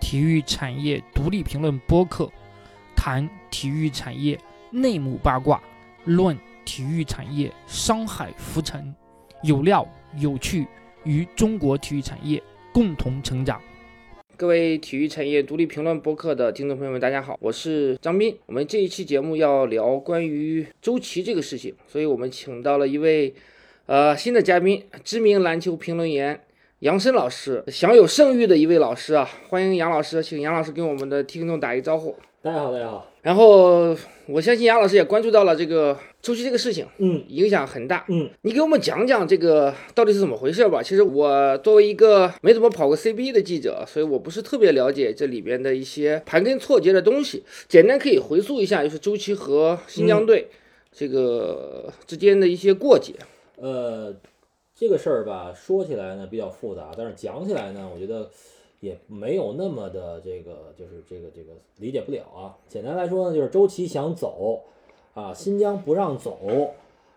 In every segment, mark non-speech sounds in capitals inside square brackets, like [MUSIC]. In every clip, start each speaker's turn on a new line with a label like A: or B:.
A: 体育产业独立评论播客，谈体育产业内幕八卦，论体育产业商海浮沉，有料有趣，与中国体育产业共同成长。
B: 各位体育产业独立评论播客的听众朋友们，大家好，我是张斌。我们这一期节目要聊关于周琦这个事情，所以我们请到了一位呃新的嘉宾，知名篮球评论员杨森老师，享有盛誉的一位老师啊，欢迎杨老师，请杨老师跟我们的听众打一招呼。
C: 大家好，大家好。
B: 然后我相信杨老师也关注到了这个周琦这个事情，
C: 嗯
B: 影响很大。
C: 嗯
B: 你给我们讲讲这个到底是怎么回事吧。其实我作为一个没怎么跑过 CBA 的记者，所以我不是特别了解这里边的一些盘根错节的东西。简单可以回溯一下，就是周琦和新
C: 嗯
B: 疆队这个之间的一些过节。
C: 呃，这个事儿吧，说起来呢比较复杂，但是讲起来呢，我觉得也没有那么的这个，就是这个这个理解不了啊。简单来说呢，就是周琦想走，啊，新疆不让走。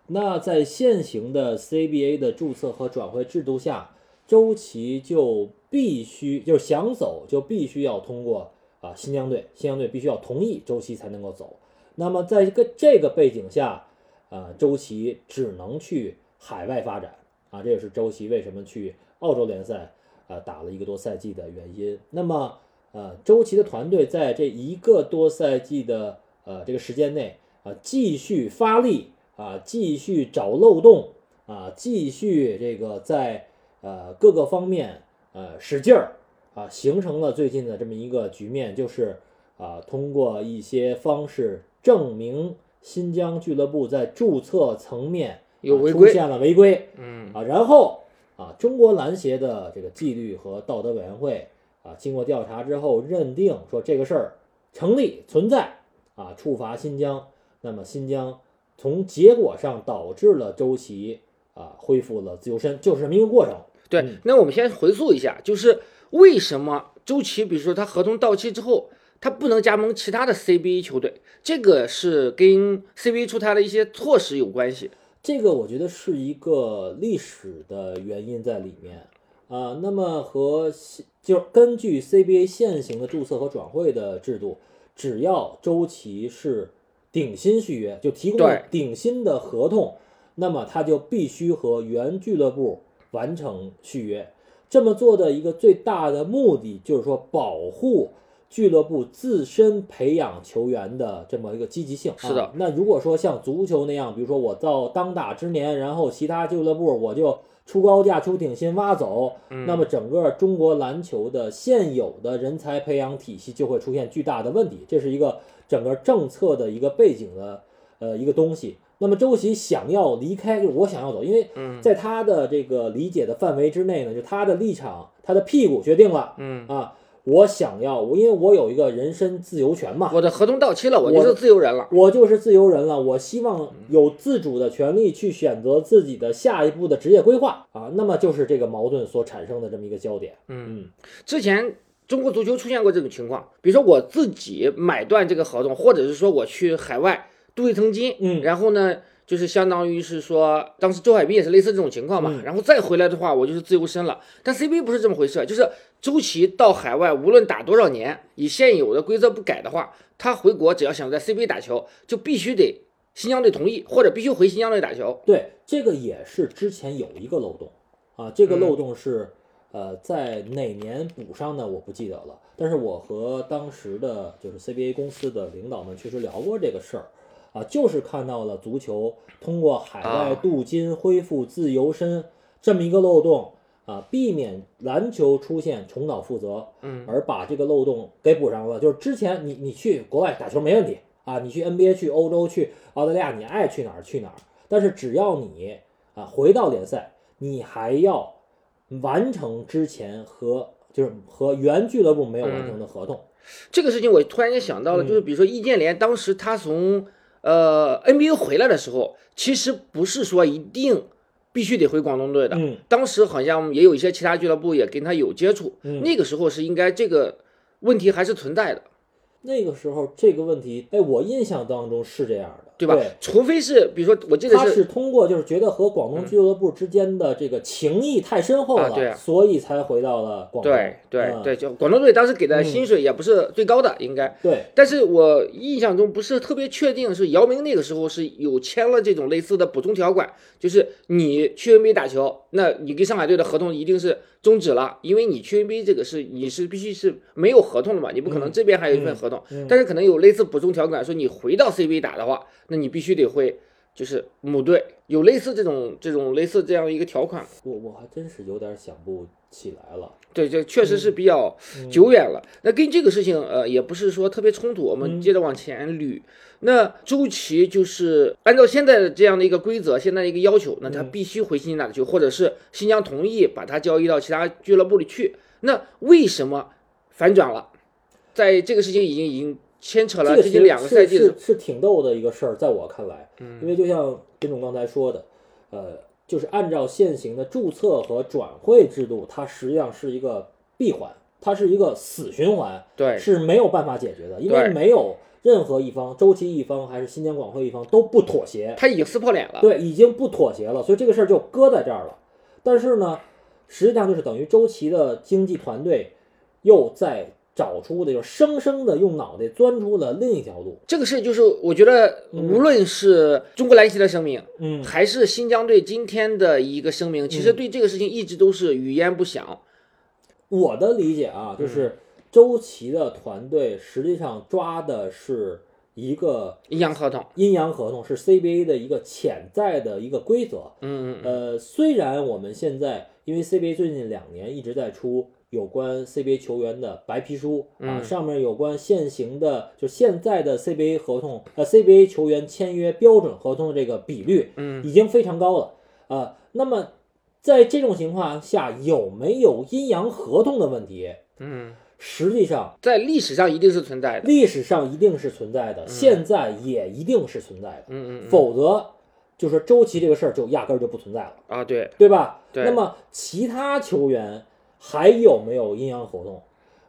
C: 那在现行的 CBA 的注册和转会制度下，周琦就必须就是想走就必须要通过啊新疆队，新疆队必须要同意周琦才能够走。那么在一个这个背景下，呃，周琦只能去海外发展啊，这也是周琦为什么去澳洲联赛呃打了一个多赛季的原因。那么呃，周琦的团队在这一个多赛季的呃这个时间内啊、继续发力啊、继续找漏洞啊、继续这个在呃各个方面呃使劲儿啊、形成了最近的这么一个局面，就是啊、通过一些方式证明新疆俱乐部在注册层面、
B: 有
C: 啊
B: 违
C: 出
B: 规
C: 现了违规，
B: 嗯，
C: 啊，然后啊，中国篮协的这个纪律和道德委员会啊，经过调查之后认定说这个事儿成立存在啊，处罚新疆。那么新疆从结果上导致了周琦啊恢复了自由身，就是这么一个过程。
B: 对
C: 嗯。
B: 那我们先回溯一下，就是为什么周琦，比如说他合同到期之后。他不能加盟其他的 CBA 球队，这个是跟 CBA 出台的一些措施有关系。
C: 这个我觉得是一个历史的原因在里面啊、那么和西就是根据 CBA 现行的注册和转会的制度，只要周琦是顶薪续约，就提供
B: 对
C: 了顶薪的合同，那么他就必须和原俱乐部完成续约。这么做的一个最大的目的就是说保护俱乐部自身培养球员的这么一个积极性。啊
B: 是的
C: 那如果说像足球那样，比如说我到当打之年，然后其他俱乐部我就出高价、出顶薪挖走，
B: 嗯
C: 那么整个中国篮球的现有的人才培养体系就会出现巨大的问题。这是一个整个政策的一个背景的呃一个东西。那么周琦想要离开，就是我想要走，因为在他的这个理解的范围之内呢，就他的立场、他的屁股决定了
B: 嗯，
C: 啊，我想要，我因为我有一个人身自由权嘛，
B: 我的合同到期了，我
C: 啊我
B: 就是自由人了。
C: 我就是自由人了，我希望有自主的权利去选择自己的下一步的职业规划啊。那么就是这个矛盾所产生的这么一个焦点。嗯
B: 之前中国足球出现过这种情况，比如说我自己买断这个合同，或者是说我去海外镀一层金，
C: 嗯
B: 然后呢，就是相当于是说，当时周海滨也是类似这种情况嘛，
C: 嗯
B: 然后再回来的话，我就是自由身了。但 CBA 不是这么回事，就是周琦到海外无论打多少年，以现有的规则不改的话，他回国只要想在 CBA 打球，就必须得新疆队同意，或者必须回新疆队打球。
C: 对，这个也是之前有一个漏洞啊，这个漏洞是、呃在哪年补上的我不记得了，但是我和当时的就是 CBA 公司的领导们确实聊过这个事儿。啊，就是看到了足球通过海外
B: 啊
C: 镀金恢复自由身这么一个漏洞啊，避免篮球出现重蹈覆辙，
B: 嗯，
C: 而把这个漏洞给补上了。就是之前你你去国外打球没问题啊，你去 NBA 去欧洲去澳大利亚，啊你爱去哪儿去哪儿，但是只要你啊回到联赛，你还要完成之前和就是和原俱乐部没有完成的合同。
B: 这个事情我突然间想到了，就是
C: 嗯
B: 比如说易建联当时他从呃 NBA 回来的时候，其实不是说一定必须得回广东队的，
C: 嗯
B: 当时好像也有一些其他俱乐部也跟他有接触，
C: 嗯
B: 那个时候是应该这个问题还是存在的。
C: 那个时候这个问题，哎，我印象当中是这样的，
B: 对吧？
C: 对
B: 除非是比如说，我记得
C: 他
B: 是
C: 是通过就是觉得和广东俱乐部之间的这个情谊太深厚
B: 啊
C: 了，
B: 对啊
C: 所以才回到了广东。
B: 对对
C: 嗯
B: 对，就广东队当时给的
C: 嗯
B: 薪水也不是最高的，应该。
C: 对
B: 但是我印象中不是特别确定，是姚明那个时候是有签了这种类似的补充条款，就是你去 NBA 打球，那你跟上海队的合同一定是终止了，因为你去 NBA 这个是你是必须是没有合同的嘛，你不可能这边还有一份合同，
C: 嗯嗯嗯
B: 但是可能有类似补充条款，说你回到 CBA 打的话，那你必须得会就是母队有类似这种这种类似这样一个条款，
C: 我我还真是有点想不起来了。
B: 对，这确实是
C: 嗯
B: 比较久远了。那跟这个事情，呃，也不是说特别冲突。我
C: 嗯
B: 们接着往前捋，那周琦就是按照现在的这样的一个规则，现在的一个要求，那
C: 嗯
B: 他必须回新疆打球，或者是新疆同意把他交易到其他俱乐部里去。那为什么反转了？在这个事情已经已经牵扯
C: 这
B: 了
C: 个
B: 接近两个赛季嗯
C: 是
B: 的
C: 是是挺逗的一个事儿，在我看来，因为就像丁总刚才说的，呃，就是按照现行的注册和转会制度，它实际上是一个闭环，它是一个死循环，
B: 对
C: 是没有办法解决的，因为
B: 对
C: 没有任何一方，周琦一方还是新疆广汇一方都不妥协，
B: 他已经撕破脸了。
C: 对，已经不妥协了，所以这个事儿就搁在这儿了。但是呢，实际上就是等于周琦的经纪团队又在找出的，就是生生的用脑袋钻出了另一条路。
B: 这个事就是，我觉得无论是中国篮协的声明，
C: 嗯
B: 还是新疆队今天的一个声明，其实对这个事情一直都是语焉不详。
C: 我的理解啊，就是周琦的团队实际上抓的是一个
B: 阴阳合同，
C: 阴阳合同，是 CBA 的一个潜在的一个规则。
B: 嗯嗯
C: 呃，虽然我们现在因为 CBA 最近两年一直在出有关 CBA 球员的白皮书啊，
B: 嗯
C: 上面有关现行的就现在的 CBA 合同呃 CBA 球员签约标准合同的这个比率，
B: 嗯，
C: 已经非常高了啊、那么在这种情况下，有没有阴阳合同的问题？
B: 嗯，
C: 实际上，
B: 在历史上一定是存在的。
C: 历史上一定是存在的，现在也一定是存在的，
B: 嗯嗯嗯嗯，
C: 否则就是周琦这个事儿就压根儿就不存在了。
B: 啊对，
C: 对吧？
B: 对
C: 那么其他球员还有没有阴阳合同？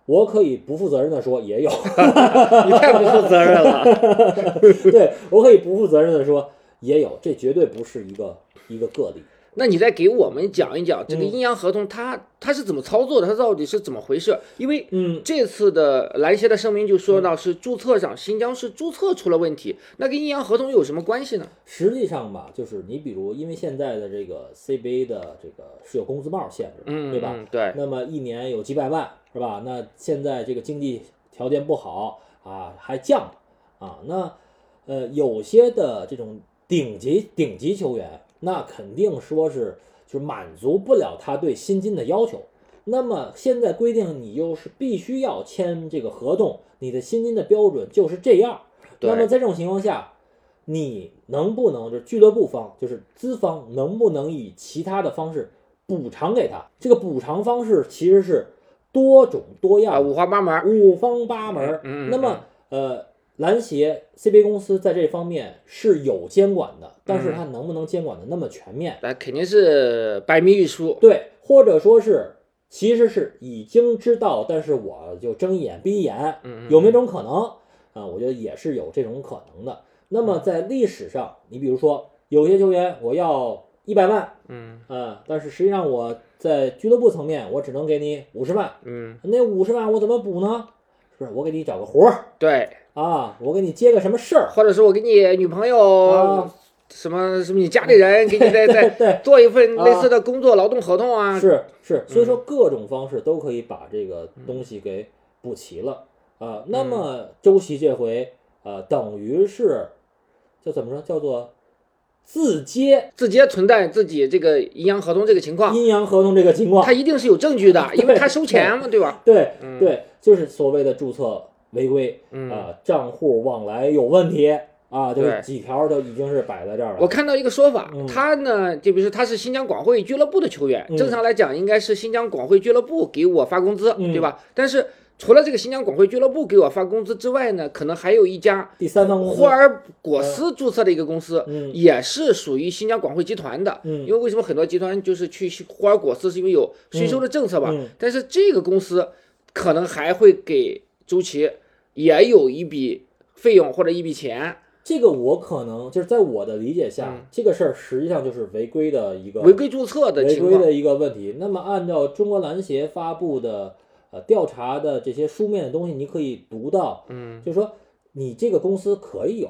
C: 我可以不负责任的说，也有。
B: [LAUGHS]
C: [LAUGHS]
B: 你太不负责任了。
C: 对我可以不负责任的说，也有。这绝对不是一个一个个例。
B: [LAUGHS] 那你再给我们讲一讲这个
C: 嗯
B: 阴阳合同它，它是怎么操作的？它到底是怎么回事？因为
C: 嗯，
B: 这次的篮协的声明就说到是注册上，新疆是注册出了问题，那跟阴阳合同又有什么关系呢？
C: 实际上吧，就是你比如，因为现在的这个 CBA 的这个是有工资帽限制的，
B: 嗯，
C: 对吧？
B: 嗯对，
C: 那么一年有几百万，是吧？那现在这个经济条件不好啊，还降啊，那呃，有些的这种顶级顶级球员，那肯定说是就是满足不了他对薪金的要求。那么现在规定你又是必须要签这个合同，你的薪金的标准就是这样。
B: 对
C: 那么在这种情况下，你能不能就是俱乐部方，就是资方，能不能以其他的方式补偿给他？这个补偿方式其实是多种多样
B: 啊，
C: 的
B: 五花八门儿。
C: 五方八门儿。
B: 嗯嗯嗯
C: 那么呃，篮协 CBA 公司在这方面是有监管的，但
B: 嗯
C: 是它能不能监管的那么全面？
B: 那肯定是百密一疏，
C: 对，或者说是其实是已经知道，但是我就睁一眼闭一眼，
B: 嗯嗯
C: 有没有这种可能？啊、我觉得也是有这种可能的。那么
B: 嗯
C: 在历史上，你比如说有些球员我要一百万，
B: 嗯
C: 啊，但是实际上我在俱乐部层面我只能给你五十万，
B: 嗯，
C: 那五十万我怎么补呢？是不是我给你找个活儿
B: 对，
C: 啊？我给你接个什么事儿？
B: 或者是我给你女朋友
C: 啊
B: 什么什么，你家里人给你
C: [LAUGHS]
B: 再
C: 对
B: 再
C: 对，
B: 做一份
C: 啊
B: 类似的工作劳动合同啊，
C: 是是，所以说各种方式都可以把这个东西给补齐了啊。那么周琦这回呃，等于是叫怎么说？叫做自揭
B: 直接存在自己这个阴阳合同这个情况，
C: 阴阳合同这个情况
B: 啊他。一定是有证据的，因为他收钱嘛，对吧？
C: 对对，就是所谓的注册违规
B: 嗯，
C: 啊，账户往来有问题啊，就是
B: 对
C: 几条就已经是摆在这儿
B: 我
C: 了。
B: 看到一个说法
C: 嗯，
B: 他呢，就比如说他是新疆广汇俱乐部的球员
C: 嗯，
B: 正常来讲应该是新疆广汇俱乐部给我发工资，
C: 嗯
B: 对吧？但是除了这个新疆广汇俱乐部给我发工资之外呢，可能还有一家
C: 第三方公司
B: 霍，尔果斯注册的一个公司，
C: 嗯
B: 也是属于新疆广汇集团的。
C: 嗯
B: 因为为什么很多集团就是去霍尔果斯，是因为有税收的政策吧？
C: 嗯嗯
B: 但是这个公司可能还会给周琦也有一笔费用或者一笔钱。
C: 这个我可能就是在我的理解下，
B: 嗯
C: 这个事儿实际上就是违规的一个
B: 违规注册的
C: 违
B: 情
C: 规
B: 况，
C: 的一个问题。那么按照中国篮协发布的呃调查的这些书面的东西，你可以读到，
B: 嗯，
C: 就是说你这个公司可以有，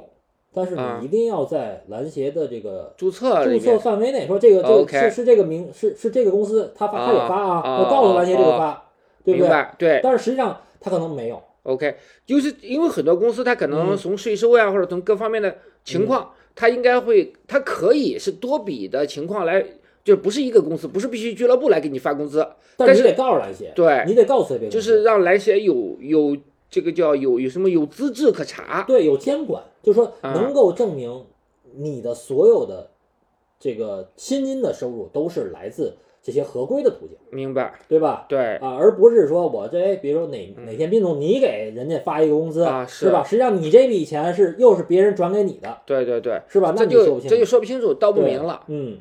C: 但是
B: 啊
C: 你一定要在篮协的这个
B: 注册
C: 注
B: 里
C: 册
B: 面，
C: 范围内，说这个这个
B: OK
C: 是是这个名是是这个公司他发他有发
B: 啊
C: 啊，我告诉篮协这个发，对不
B: 明
C: 对？
B: 白？对
C: 但是实际上他可能没有，
B: ，OK，就是因为很多公司它可能
C: 嗯
B: 从税收啊呀、或者从各方面的情况，它应该会，它可以是多笔的情况来，就不是一个公司，不是必须俱乐部来给你发工资，
C: 但
B: 但是
C: 是你得告诉篮协，
B: 对
C: 你得告诉这个公司，
B: 就是让篮协有有这个叫有有什么有资质可查，
C: 对，有监管，就是说
B: 啊
C: 能够证明你的所有的这个薪金的收入都是来自这些合规的途径，
B: 明白？
C: 对吧？
B: 对，
C: 啊，而不是说我这，哎比如说哪哪天斌总你给人家发一个工资，
B: 嗯啊是
C: 是吧？实际上你这笔钱是又是别人转给你的，
B: 对对对，
C: 是吧？
B: 这
C: 那你说
B: 就
C: 不清
B: 这就
C: 楚
B: 说不清楚，道不
C: 对
B: 明了。
C: 嗯，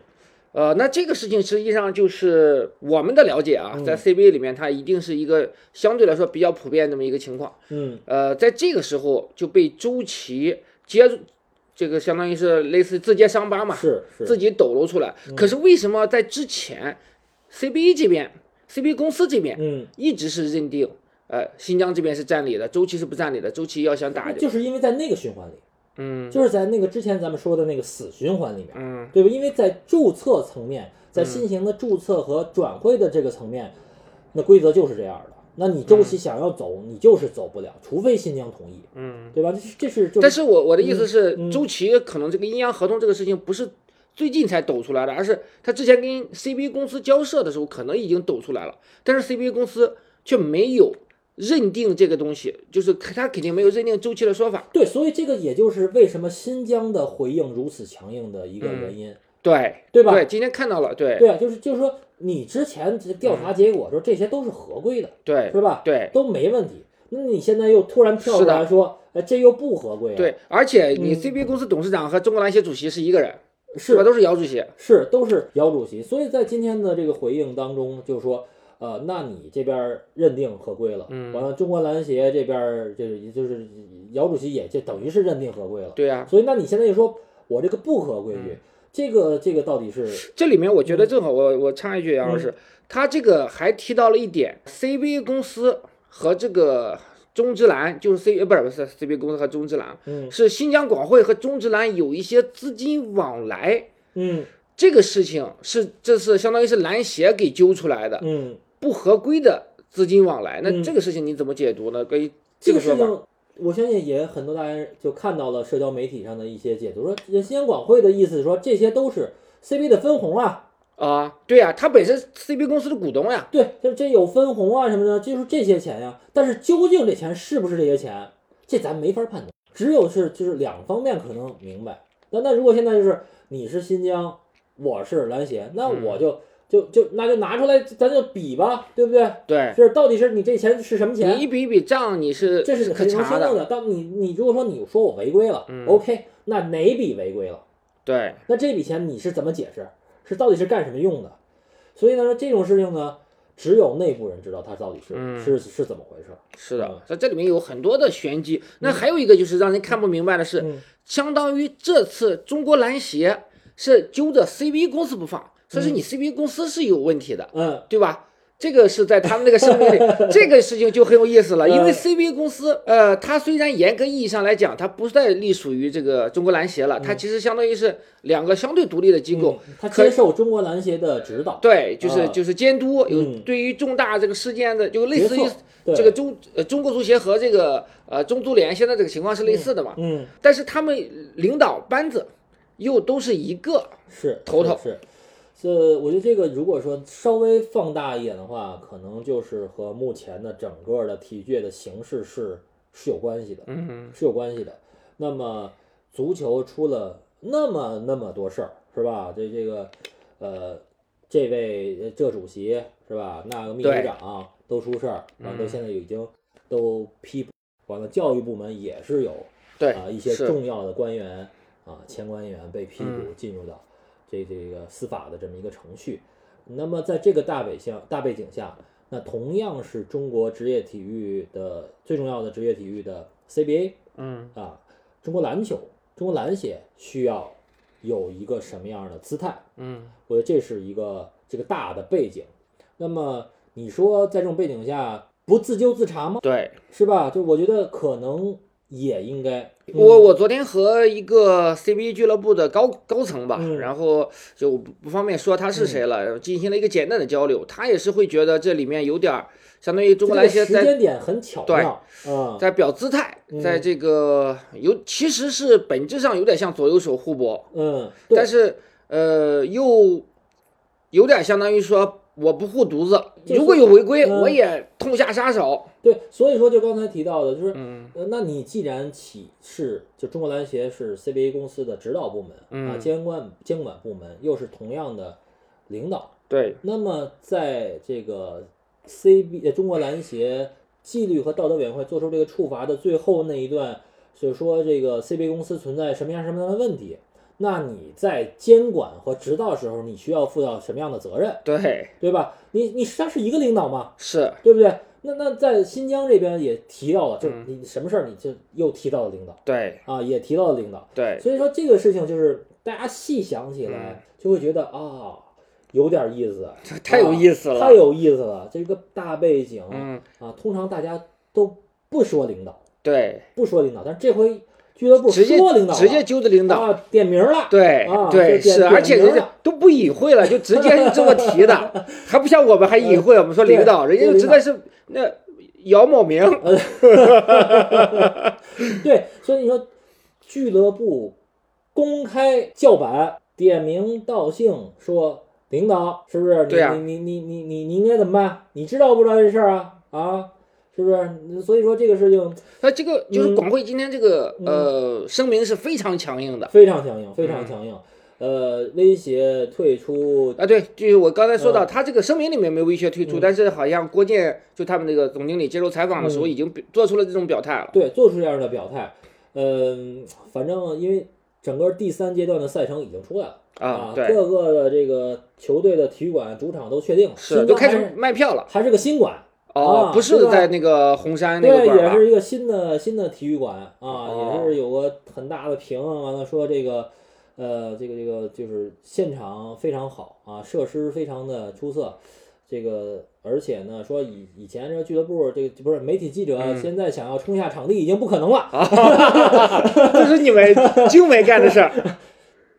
B: 呃，那这个事情实际上就是我们的了解啊，
C: 嗯
B: 在 CBA 里面，它一定是一个相对来说比较普遍这么一个情况。
C: 嗯，
B: 呃，在这个时候就被周琦接住，这个相当于是类似自揭伤疤嘛，
C: 是是，嗯
B: 自己抖搂出来。可是为什么在之前 CBA 这边，CBA 公司这边
C: 嗯，
B: 一直是认定，呃，新疆这边是占理的，周琦是不占理的，周琦要想打就，
C: 就是因为在那个循环里，
B: 嗯
C: 就是在那个之前咱们说的那个死循环里面，
B: 嗯，
C: 对吧？因为在注册层面，在新型的注册和转会的这个层面，那规则就是这样的。那你周琦想要走，你就是走不了，除非新疆同意，
B: 嗯，
C: 对吧？这是这是就
B: 但是我我的意思是，
C: 嗯嗯
B: 周琦可能这个阴阳合同这个事情不是最近才抖出来的，而是他之前跟 CBA 公司交涉的时候可能已经抖出来了，但是 CBA 公司却没有认定这个东西，就是他肯定没有认定周琦的说法。
C: 对，所以这个也就是为什么新疆的回应如此强硬的一个原因，
B: 对
C: 对吧
B: 对，今天看到了，嗯对嗯
C: 对啊，就是就是说你之前这调查结果说这些都是合规的，
B: 对
C: 是吧？
B: 对
C: 都没问题。那你现在又突然跳出
B: 是的
C: 来说，哎，这又不合规啊？，
B: 对，而且你
C: 嗯
B: CBA 公司董事长和中国篮协主席是一个人，
C: 是
B: 吧？都是姚主席。
C: 是都是姚主席，所以在今天的这个回应当中，就是说，呃，那你这边认定合规了，
B: 嗯
C: 完了中国篮协这边就是就是姚主席也就等于是认定合规了，
B: 对啊呀、
C: 所以那你现在就说我这个不合规
B: 嗯
C: 矩，这个这个到底是
B: 这里面我
C: 嗯
B: 觉得正好我我插一句，杨老师，他这个还提到了一点，CBA 公司和这个中职篮，就是 C 呃不是不是 CBA 公司和中职篮，
C: 嗯
B: 是新疆广汇和中职篮有一些资金往来，
C: 嗯
B: 这个事情是这是相当于是篮协给揪出来的
C: 嗯
B: 不合规的资金往来，那
C: 嗯
B: 这个事情你怎么解读呢？关于
C: 这
B: 个
C: 个
B: 说
C: 事
B: 法，
C: 情。我相信也很多大家就看到了社交媒体上的一些解读，说人新疆广汇的意思说这些都是 CB 的分红啊，
B: 啊，对呀、他本身 CBA 公司的股东呀，
C: 对，就是这有分红啊什么的，就是这些钱呀、但是究竟这钱是不是这些钱，这咱没法判断，只有是就是两方面可能明白。那那如果现在就是你是新疆，我是篮协，那
B: 嗯
C: 我就、就就那就拿出来，咱就比吧，对不对？
B: 对，
C: 是到底是你这钱是什么
B: 你一
C: 钱？
B: 笔一笔账你是
C: 这是
B: 可
C: 很能
B: 查
C: 商量的。当你你如果说你说我违规了、
B: 嗯
C: o k 那哪笔违规了？
B: 对，
C: 那这笔钱你是怎么解释？是到底是干什么用的？所以呢，说这种事情呢，只有内部人知道它到底是、
B: 嗯
C: 是是怎么回事儿。
B: 是
C: 嗯
B: 的，在这里面有很多的玄机。那还有一个就是让人看不明白的是，
C: 嗯
B: 相当于这次中国篮协是揪着 CBA 公司不放，所以说
C: 嗯
B: 你 CBA 公司是有问题的，
C: 嗯
B: 对吧？这个是在他们那个声明
C: [LAUGHS]
B: 里，这个事情就很有意思了，因为
C: 嗯
B: CBA 公司，呃，它虽然严格意义上来讲，它不再隶属于这个中国篮协
C: 嗯
B: 了，它其实相当于是两个相对独立的机构，
C: 他
B: 可
C: 接受中国篮协的指导，
B: 对，就是、
C: 嗯啊
B: 就是监督，有
C: 嗯
B: 对于重大这个事件的，就类
C: 没
B: 似于
C: 错，对
B: 这个中呃中国足协和这个呃中足联现在这个情况是类似的嘛，
C: 嗯
B: 但是他们领导班子又都是一个，
C: 是
B: 头头
C: 是是。这我觉得这个如果说稍微放大一点的话，可能就是和目前的整个的体育界的形势是是有关系的。
B: 嗯，
C: 是有关系的。那么足球出了那么那么多事儿，是吧？这这个呃，这位呃这主席是吧？那个秘书
B: 对嗯
C: 长、都出事儿，然后都现在已经都批捕，完了教育部门也是有
B: 对，
C: 啊一些
B: 是
C: 重要的官员啊前官员被批捕
B: 嗯
C: 进入到这这个司法的这么一个程序。那么在这个大背向大背景下，那同样是中国职业体育的最重要的职业体育的 CBA，
B: 嗯
C: 啊，中国篮球中国篮协需要有一个什么样的姿态？
B: 嗯
C: 我觉得这是一个这个大的背景。那么你说在这种背景下不自纠自查吗？
B: 对
C: 是吧？就我觉得可能也应该。嗯
B: 我我昨天和一个 CBA 俱乐部的高高层吧，
C: 嗯
B: 然后就我不不方便说他是谁了，然后进行了一个简单的交流，他也是会觉得这里面有点儿相当于中
C: 这
B: 国
C: 个
B: 篮协
C: 时
B: 在
C: 间点很巧
B: 对
C: 妙，嗯，
B: 在表姿态，在
C: 嗯
B: 这个有其实是本质上有点像左右手互搏，
C: 嗯，对
B: 但是呃又有点相当于说我不护犊子，
C: 就是
B: 如果有违规，
C: 嗯
B: 我也痛下杀手。
C: 对，所以说就刚才提到的，就是、
B: 嗯
C: 呃那你既然起是就中国篮协是 CBA 公司的指导部门、啊，
B: 嗯
C: 监管监管部门又是同样的领导，
B: 对，
C: 那么在这个 CB 呃中国篮协纪律和道德委员会做出这个处罚的最后那一段，就是说这个 CBA 公司存在什么样什么样的问题，那你在监管和指导时候，你需要负到什么样的责任，
B: 对，
C: 对吧？你你他是一个领导嘛，
B: 是，
C: 对不对？那那在新疆这边也提到了，就
B: 嗯
C: 你什么事儿你就又提到了领导
B: 对，
C: 啊，也提到了领导，
B: 对，
C: 所以说这个事情就是大家细想起
B: 嗯
C: 来就会觉得啊，有点意思，
B: 太有意思了，
C: 啊太有意思了，这个大背景
B: 嗯，
C: 啊，通常大家都不说领导，
B: 对，
C: 不说领导，但是这回俱乐部
B: 直接
C: 说领导了，
B: 直接揪着领导，
C: 啊点名了，
B: 对、
C: 啊
B: 对
C: 就点
B: 是，
C: 点
B: 而且人
C: 名
B: 家
C: 了
B: 都不隐晦了，就直接就这么提
C: [LAUGHS]
B: 的，还不像我们还隐晦，我们说
C: 对
B: 领导，人家就
C: 对领嗯
B: 直接是那姚某明，
C: 对，所以你说俱乐部公开叫板、点名道姓，说领导是不是？你
B: 对啊呀
C: 你你你你你应该怎么办？你知道不知道这事儿啊？啊，是不是？所以说这个事情
B: 那这个就是
C: 嗯
B: 广汇今天这个、
C: 嗯
B: 呃声明是非常强硬的
C: 非常强硬，非
B: 嗯
C: 常强硬。呃，威胁退出，
B: 啊，对，就是我刚才说到，
C: 嗯
B: 他这个声明里面没有威胁退出，
C: 嗯
B: 但是好像郭健就他们那个总经理接受采访的时候
C: 嗯
B: 已经表做出了这种表态了，
C: 对，做出这样的表态。嗯、反正因为整个第三阶段的赛程已经出来了
B: 啊，对，
C: 各个的这个球队的体育馆主场都确定了，
B: 是
C: 新
B: 都
C: 疆
B: 开
C: 还
B: 始
C: 是
B: 卖票了，
C: 还是个新馆，
B: 哦，
C: 啊
B: 不
C: 是
B: 是
C: 吧
B: 在那个红山那个
C: 对，
B: 馆
C: 也
B: 了，
C: 是一个新的新的体育馆啊，
B: 哦
C: 也是有个很大的屏，啊完了说这个，呃，这个这个就是现场非常好啊，设施非常的出色，这个而且呢，说以以前这个俱乐部这个不是媒体记者，
B: 嗯啊
C: 现在想要冲下场地已经不可能了，
B: 这是你们经委干的
C: [LAUGHS]
B: 事儿，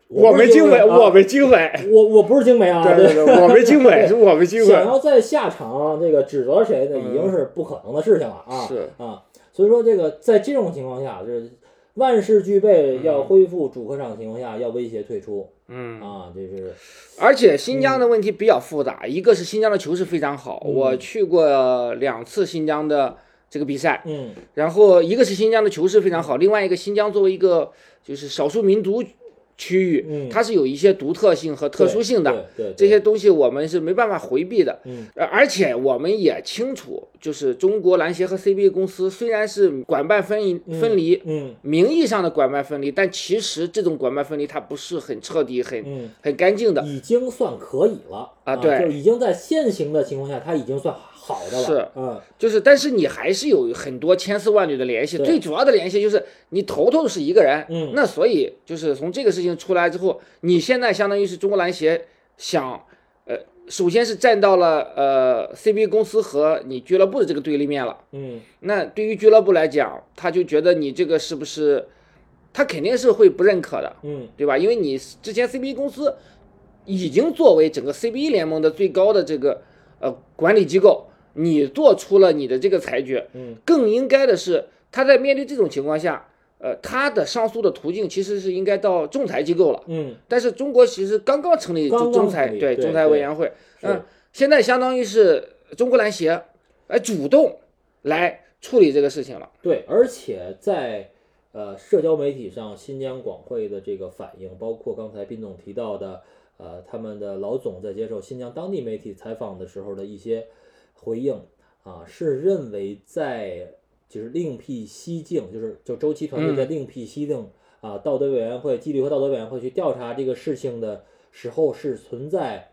B: 我
C: 不
B: 们
C: 是
B: 经
C: 经
B: 委，
C: 啊
B: 我们经委，
C: 我我不是经媒啊，
B: 对对对，我们经委是我们经
C: 想
B: 委，
C: 要在下场这个指责谁呢，
B: 嗯
C: 已经是不可能的事情了啊。
B: 是
C: 啊，所以说这个在这种情况下，就是万事俱备要恢复主客场的情况下，要威胁退出
B: 嗯，
C: 啊，这是
B: 而且新疆的问题比较复杂，一个是新疆的球市非常好，
C: 嗯
B: 我去过两次新疆的这个比赛，
C: 嗯
B: 然后一个是新疆的球市非常好，另外一个新疆作为一个就是少数民族区域
C: 嗯，
B: 它是有一些独特性和特殊性的，
C: 对对对
B: 这些东西我们是没办法回避的。
C: 嗯
B: 呃，而且我们也清楚，就是中国篮协和 CBA 公司虽然是管办分离
C: 嗯
B: 分离，
C: 嗯
B: 名义上的管办分离，但其实这种管办分离它不是很彻底、很
C: 嗯，
B: 很干净的。
C: 已经算可以了
B: 啊对
C: 就已经在现行的情况下，它已经算好的了，
B: 是
C: 嗯
B: 就是，但是你还是有很多千丝万缕的联系。
C: 对
B: 最主要的联系就是你头头是一个人，
C: 嗯
B: 那所以就是从这个事情出来之后，你现在相当于是中国篮协想，呃，首先是站到了呃 CBA 公司和你俱乐部的这个对立面了。
C: 嗯
B: 那对于俱乐部来讲，他就觉得你这个是不是，他肯定是会不认可的，
C: 嗯
B: 对吧？因为你之前 CBA 公司已经作为整个 CBA 联盟的最高的这个呃管理机构，你做出了你的这个裁决，
C: 嗯
B: 更应该的是他在面对这种情况下，呃，他的上诉的途径其实是应该到仲裁机构了。
C: 嗯，
B: 但是中国其实刚刚成立
C: 刚
B: 就
C: 刚
B: 仲裁
C: 成立
B: 对
C: 对
B: 仲裁
C: 对
B: 委员会，
C: 是
B: 嗯，现在相当于是中国篮协来主动来处理这个事情了。
C: 对，而且在呃社交媒体上，新疆广汇的这个反应，包括刚才斌总提到的，呃，他们的老总在接受新疆当地媒体采访的时候的一些回应啊，是认为在就是另辟蹊径，就是就周期团队在另辟蹊径、啊，道德委员会、纪律和道德委员会去调查这个事情的时候是存在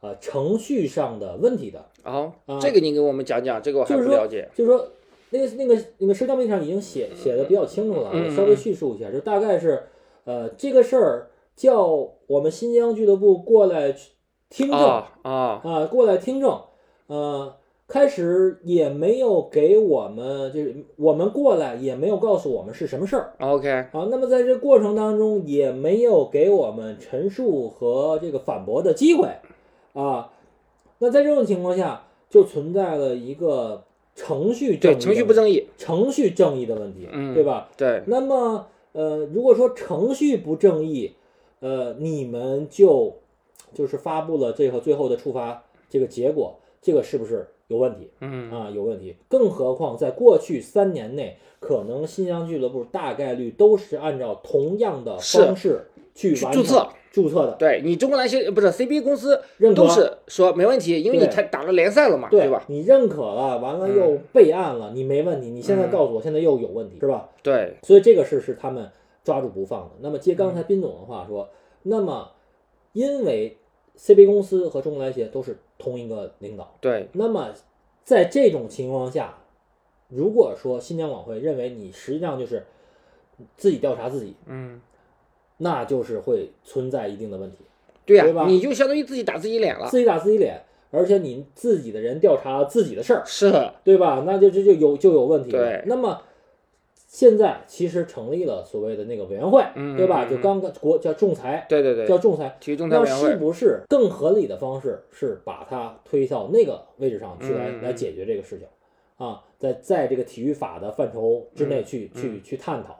C: 呃程序上的问题的。
B: 哦
C: 啊，
B: 这个你给我们讲讲，这个我还
C: 就是
B: 不
C: 说
B: 了解。
C: 就是说那个那个那个社交媒体上已经写写的比较清楚了，
B: 嗯
C: 我稍微叙述一下，就大概是呃，这个事儿叫我们新疆俱乐部过来去听证啊、
B: 啊啊，
C: 过来听证。呃，开始也没有给我们，就是我们过来也没有告诉我们是什么事儿。
B: OK，
C: 好，那么在这过程当中也没有给我们陈述和这个反驳的机会啊。那在这种情况下，就存在了一个程序正
B: 对，
C: 义的
B: 程序不正义，
C: 程序正义的问题，
B: 嗯
C: 对吧？
B: 对，
C: 那么呃，如果说程序不正义，呃，你们就就是发布了这个最后的处罚这个结果，这个是不是有问题？
B: 嗯
C: 啊，有问题。更何况在过去三年内，可能新疆俱乐部大概率都是按照同样的
B: 是
C: 方式去
B: 去
C: 完
B: 注
C: 成
B: 册
C: 注册的，
B: 对你中国篮协不是 CBA 公司
C: 认可
B: 都是说没问题，因为你
C: 对
B: 才打了联赛了嘛，
C: 对
B: 对吧？
C: 你认可了，完了又备案了，你没问题，你现在
B: 嗯
C: 告诉我，现在又有问题，是吧？
B: 对，
C: 所以这个事是他们抓住不放的。那么接
B: 嗯
C: 刚才斌总的话说，那么因为 CBA 公司和中国篮协都是同一个领导，
B: 对，
C: 那么在这种情况下，如果说新疆网会认为你实际上就是自己调查自己，
B: 嗯，
C: 那就是会存在一定的问题，
B: 对呀
C: 对吧，
B: 你就相当于自己打自己脸了，
C: 自己打自己脸，而且你自己的人调查自己的事儿，
B: 是，
C: 对吧？那就这就有就有问题了。
B: 对
C: 那么现在其实成立了所谓的那个委员会，
B: 嗯
C: 对吧？
B: 嗯
C: 就刚刚国叫仲裁，
B: 对对
C: 叫
B: 对，
C: 仲裁。
B: 体育仲裁
C: 那
B: 委员
C: 是
B: 会，
C: 不是更合理的方式是把它推到那个位置上去来、
B: 嗯嗯
C: 来解决这个事情啊？在在这个体育法的范畴之内
B: 嗯
C: 去、
B: 嗯
C: 去去探讨。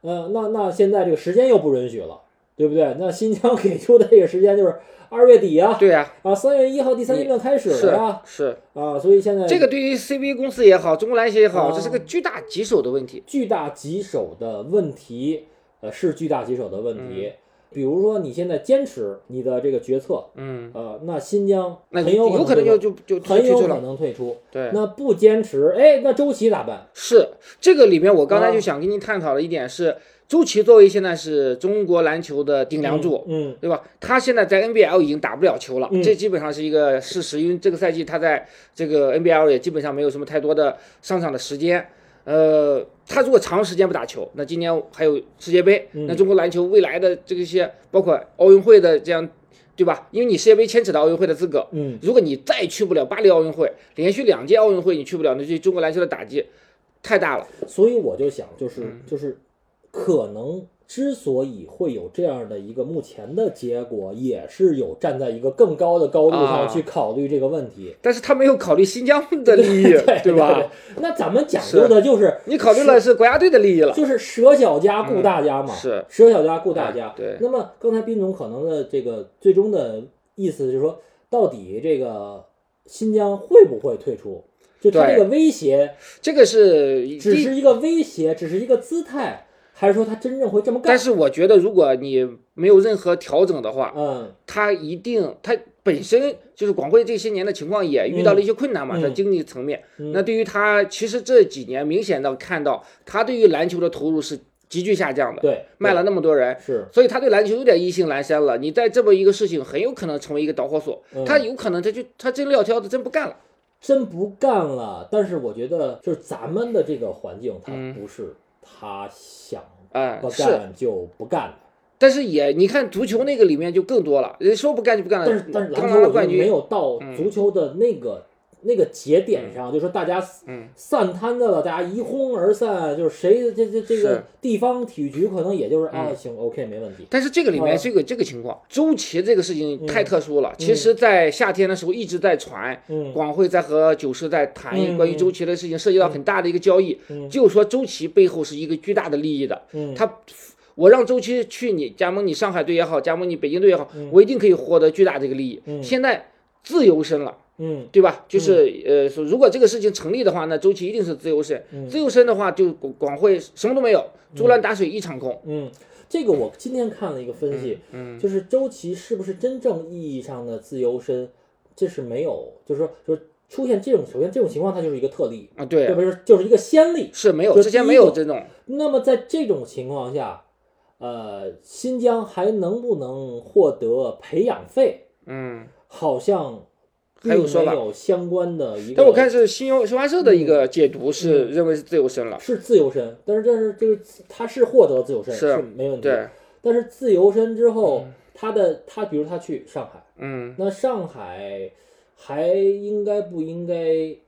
C: 呃，那那现在这个时间又不允许了，对不对？那新疆给出的这个时间就是二月底啊，
B: 对呀，
C: 啊，三月一号第三阶段开始
B: 是
C: 啊，
B: 是，
C: 啊，所以现在
B: 这个对于 CBA 公司也好，中国篮协也好，
C: 啊
B: 这是个巨大棘手的问题。
C: 巨大棘手的问题，呃，是巨大棘手的问题。比如说你现在坚持你的这个决策，
B: 嗯，
C: 呃，那新疆
B: 那
C: 很
B: 有可
C: 可
B: 能
C: 能
B: 就就就就
C: 很
B: 退
C: 有
B: 出
C: 可
B: 了。
C: 能退出。
B: 对，
C: 那不坚持，哎，那周琦咋办？
B: 是这个里面，我刚才
C: 啊
B: 就想跟您探讨的一点是，周琦作为现在是中国篮球的顶梁柱。
C: 嗯，
B: 对吧？他现在在 NBL 已经打不了球了，
C: 嗯
B: 这基本上是一个事实，因为这个赛季他在这个 NBL 也基本上没有什么太多的上场的时间。呃，他如果长时间不打球，那今年还有世界杯，
C: 嗯
B: 那中国篮球未来的这个些，包括奥运会的这样，对吧？因为你世界杯牵扯到奥运会的资格，
C: 嗯
B: 如果你再去不了巴黎奥运会，连续两届奥运会你去不了，那对中国篮球的打击太大了。
C: 嗯，所以我就想，
B: 嗯
C: 就是就是，可能之所以会有这样的一个目前的结果，也是有站在一个更高的高度
B: 啊
C: 上去考虑这个问题。
B: 但是他没有考虑新疆的利益，
C: [LAUGHS] 对
B: 对吧？？
C: 那咱们讲究的就是
B: 你考虑了是国家队的利益了，
C: 就是舍小家顾大家嘛，
B: 是
C: 舍小家顾大家。
B: 对
C: 那么刚才斌总可能的这个最终的意思就是说，到底这个新疆会不会退出？就他
B: 对
C: 这个威胁
B: 这个是一
C: 只是一个威胁，只是一个姿态，还是说他真正会这么干
B: 但？是我觉得，如果你没有任何调整的话，
C: 嗯
B: 他一定他本身就是广汇这些年的情况也遇到了一些困难嘛，
C: 嗯
B: 在经济层面。
C: 嗯
B: 那对于他，其实这几年明显的看到，他对于篮球的投入是急剧下降的，
C: 对，
B: 卖了那么多人，
C: 是
B: 所以他对篮球有点意兴阑珊了。你在这么一个事情，很有可能成为一个导火索，
C: 嗯
B: 他有可能他就他真撂挑子，真不干了。
C: 真不干了。但是我觉得，就是咱们的这个环境，他
B: 嗯
C: 不是他想
B: 哎、
C: 不
B: 是，
C: 干就不干的。
B: 但是也你看足球那个里面就更多了，人说不干就不干了。
C: 但是但是
B: 刚
C: 篮
B: 拿
C: 球
B: 了
C: 我觉得
B: 冠军嗯
C: 没有到足球的那个、那个节点上，就说大家
B: 嗯
C: 散摊子了，大家一哄而散，就是谁这这这
B: 是
C: 个地方体育局可能也就是、啊
B: 嗯
C: 行 OK 没问题，
B: 但是这个里面
C: 啊
B: 这个、这个情况，周琦这个事情太
C: 嗯
B: 特殊了。其实，在夏天的时候一直在传，
C: 嗯
B: 广汇在和九师在谈一
C: 嗯
B: 关于周琦的事情，涉及到很大的一个交易，
C: 嗯
B: 就是说周琦背后是一个巨大的利益的。
C: 嗯
B: 他，我让周琦去你加盟你上海队也好，加盟你北京队也好，我一定可以获得巨大的一个利益。
C: 嗯
B: 现在自由身了。
C: 嗯
B: 对吧？就是、呃，说如果这个事情成立的话，那周琦一定是自由身。
C: 嗯
B: 自由身的话，就广广汇什么都没有，竹篮打水一场空。
C: 嗯，这个我今天看了一个分析，
B: 嗯，
C: 就是周琦是不是真正意义上的自由身，这是没有，就是说就是出现这种首先这种情况，它就是一个特例，
B: 啊，对
C: 对，吧？就是就是一个先例，
B: 是没有，
C: 就
B: 之前
C: 第一
B: 没有
C: 个
B: 这种。
C: 那么在这种情况下，呃，新疆还能不能获得培养费？
B: 嗯，
C: 好像
B: 还有
C: 并
B: 说
C: 没
B: 法
C: 有相关的一个。
B: 但我看是新欧新华社的一
C: 嗯
B: 个解读是认为是自由身了，
C: 是自由身，但是这是就是他是获得自由身
B: 是
C: 没问题。
B: 对，
C: 但是自由身之后
B: 嗯，
C: 他的他比如他去上海，
B: 嗯，
C: 那上海还应该不应该给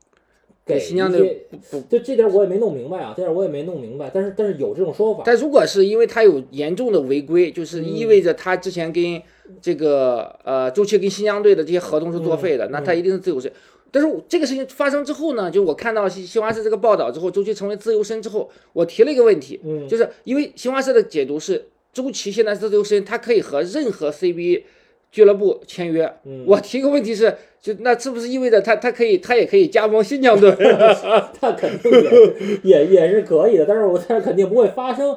B: 给新疆
C: 一
B: 的
C: 些
B: 不不，
C: 就这点我也没弄明白啊，这点我也没弄明白。但是但是有这种说法，
B: 但如果是因为他有严重的违规，就是
C: 嗯
B: 意味着他之前跟这个呃周琦跟新疆队的这些合同是作废的，
C: 嗯
B: 那他一定是自由身。但是我这个事情发生之后呢，就我看到新新华社这个报道之后，周琦成为自由身之后，我提了一个问题，
C: 嗯，
B: 就是因为新华社的解读是周琦现在是自由身，他可以和任何 CBA 俱乐部签约。
C: 嗯
B: 我提个问题是，就那是不是意味着他他可以他也可以加盟新疆
C: [LAUGHS]
B: 队？
C: 那肯定也也也是可以的，但是我但是肯定不会发生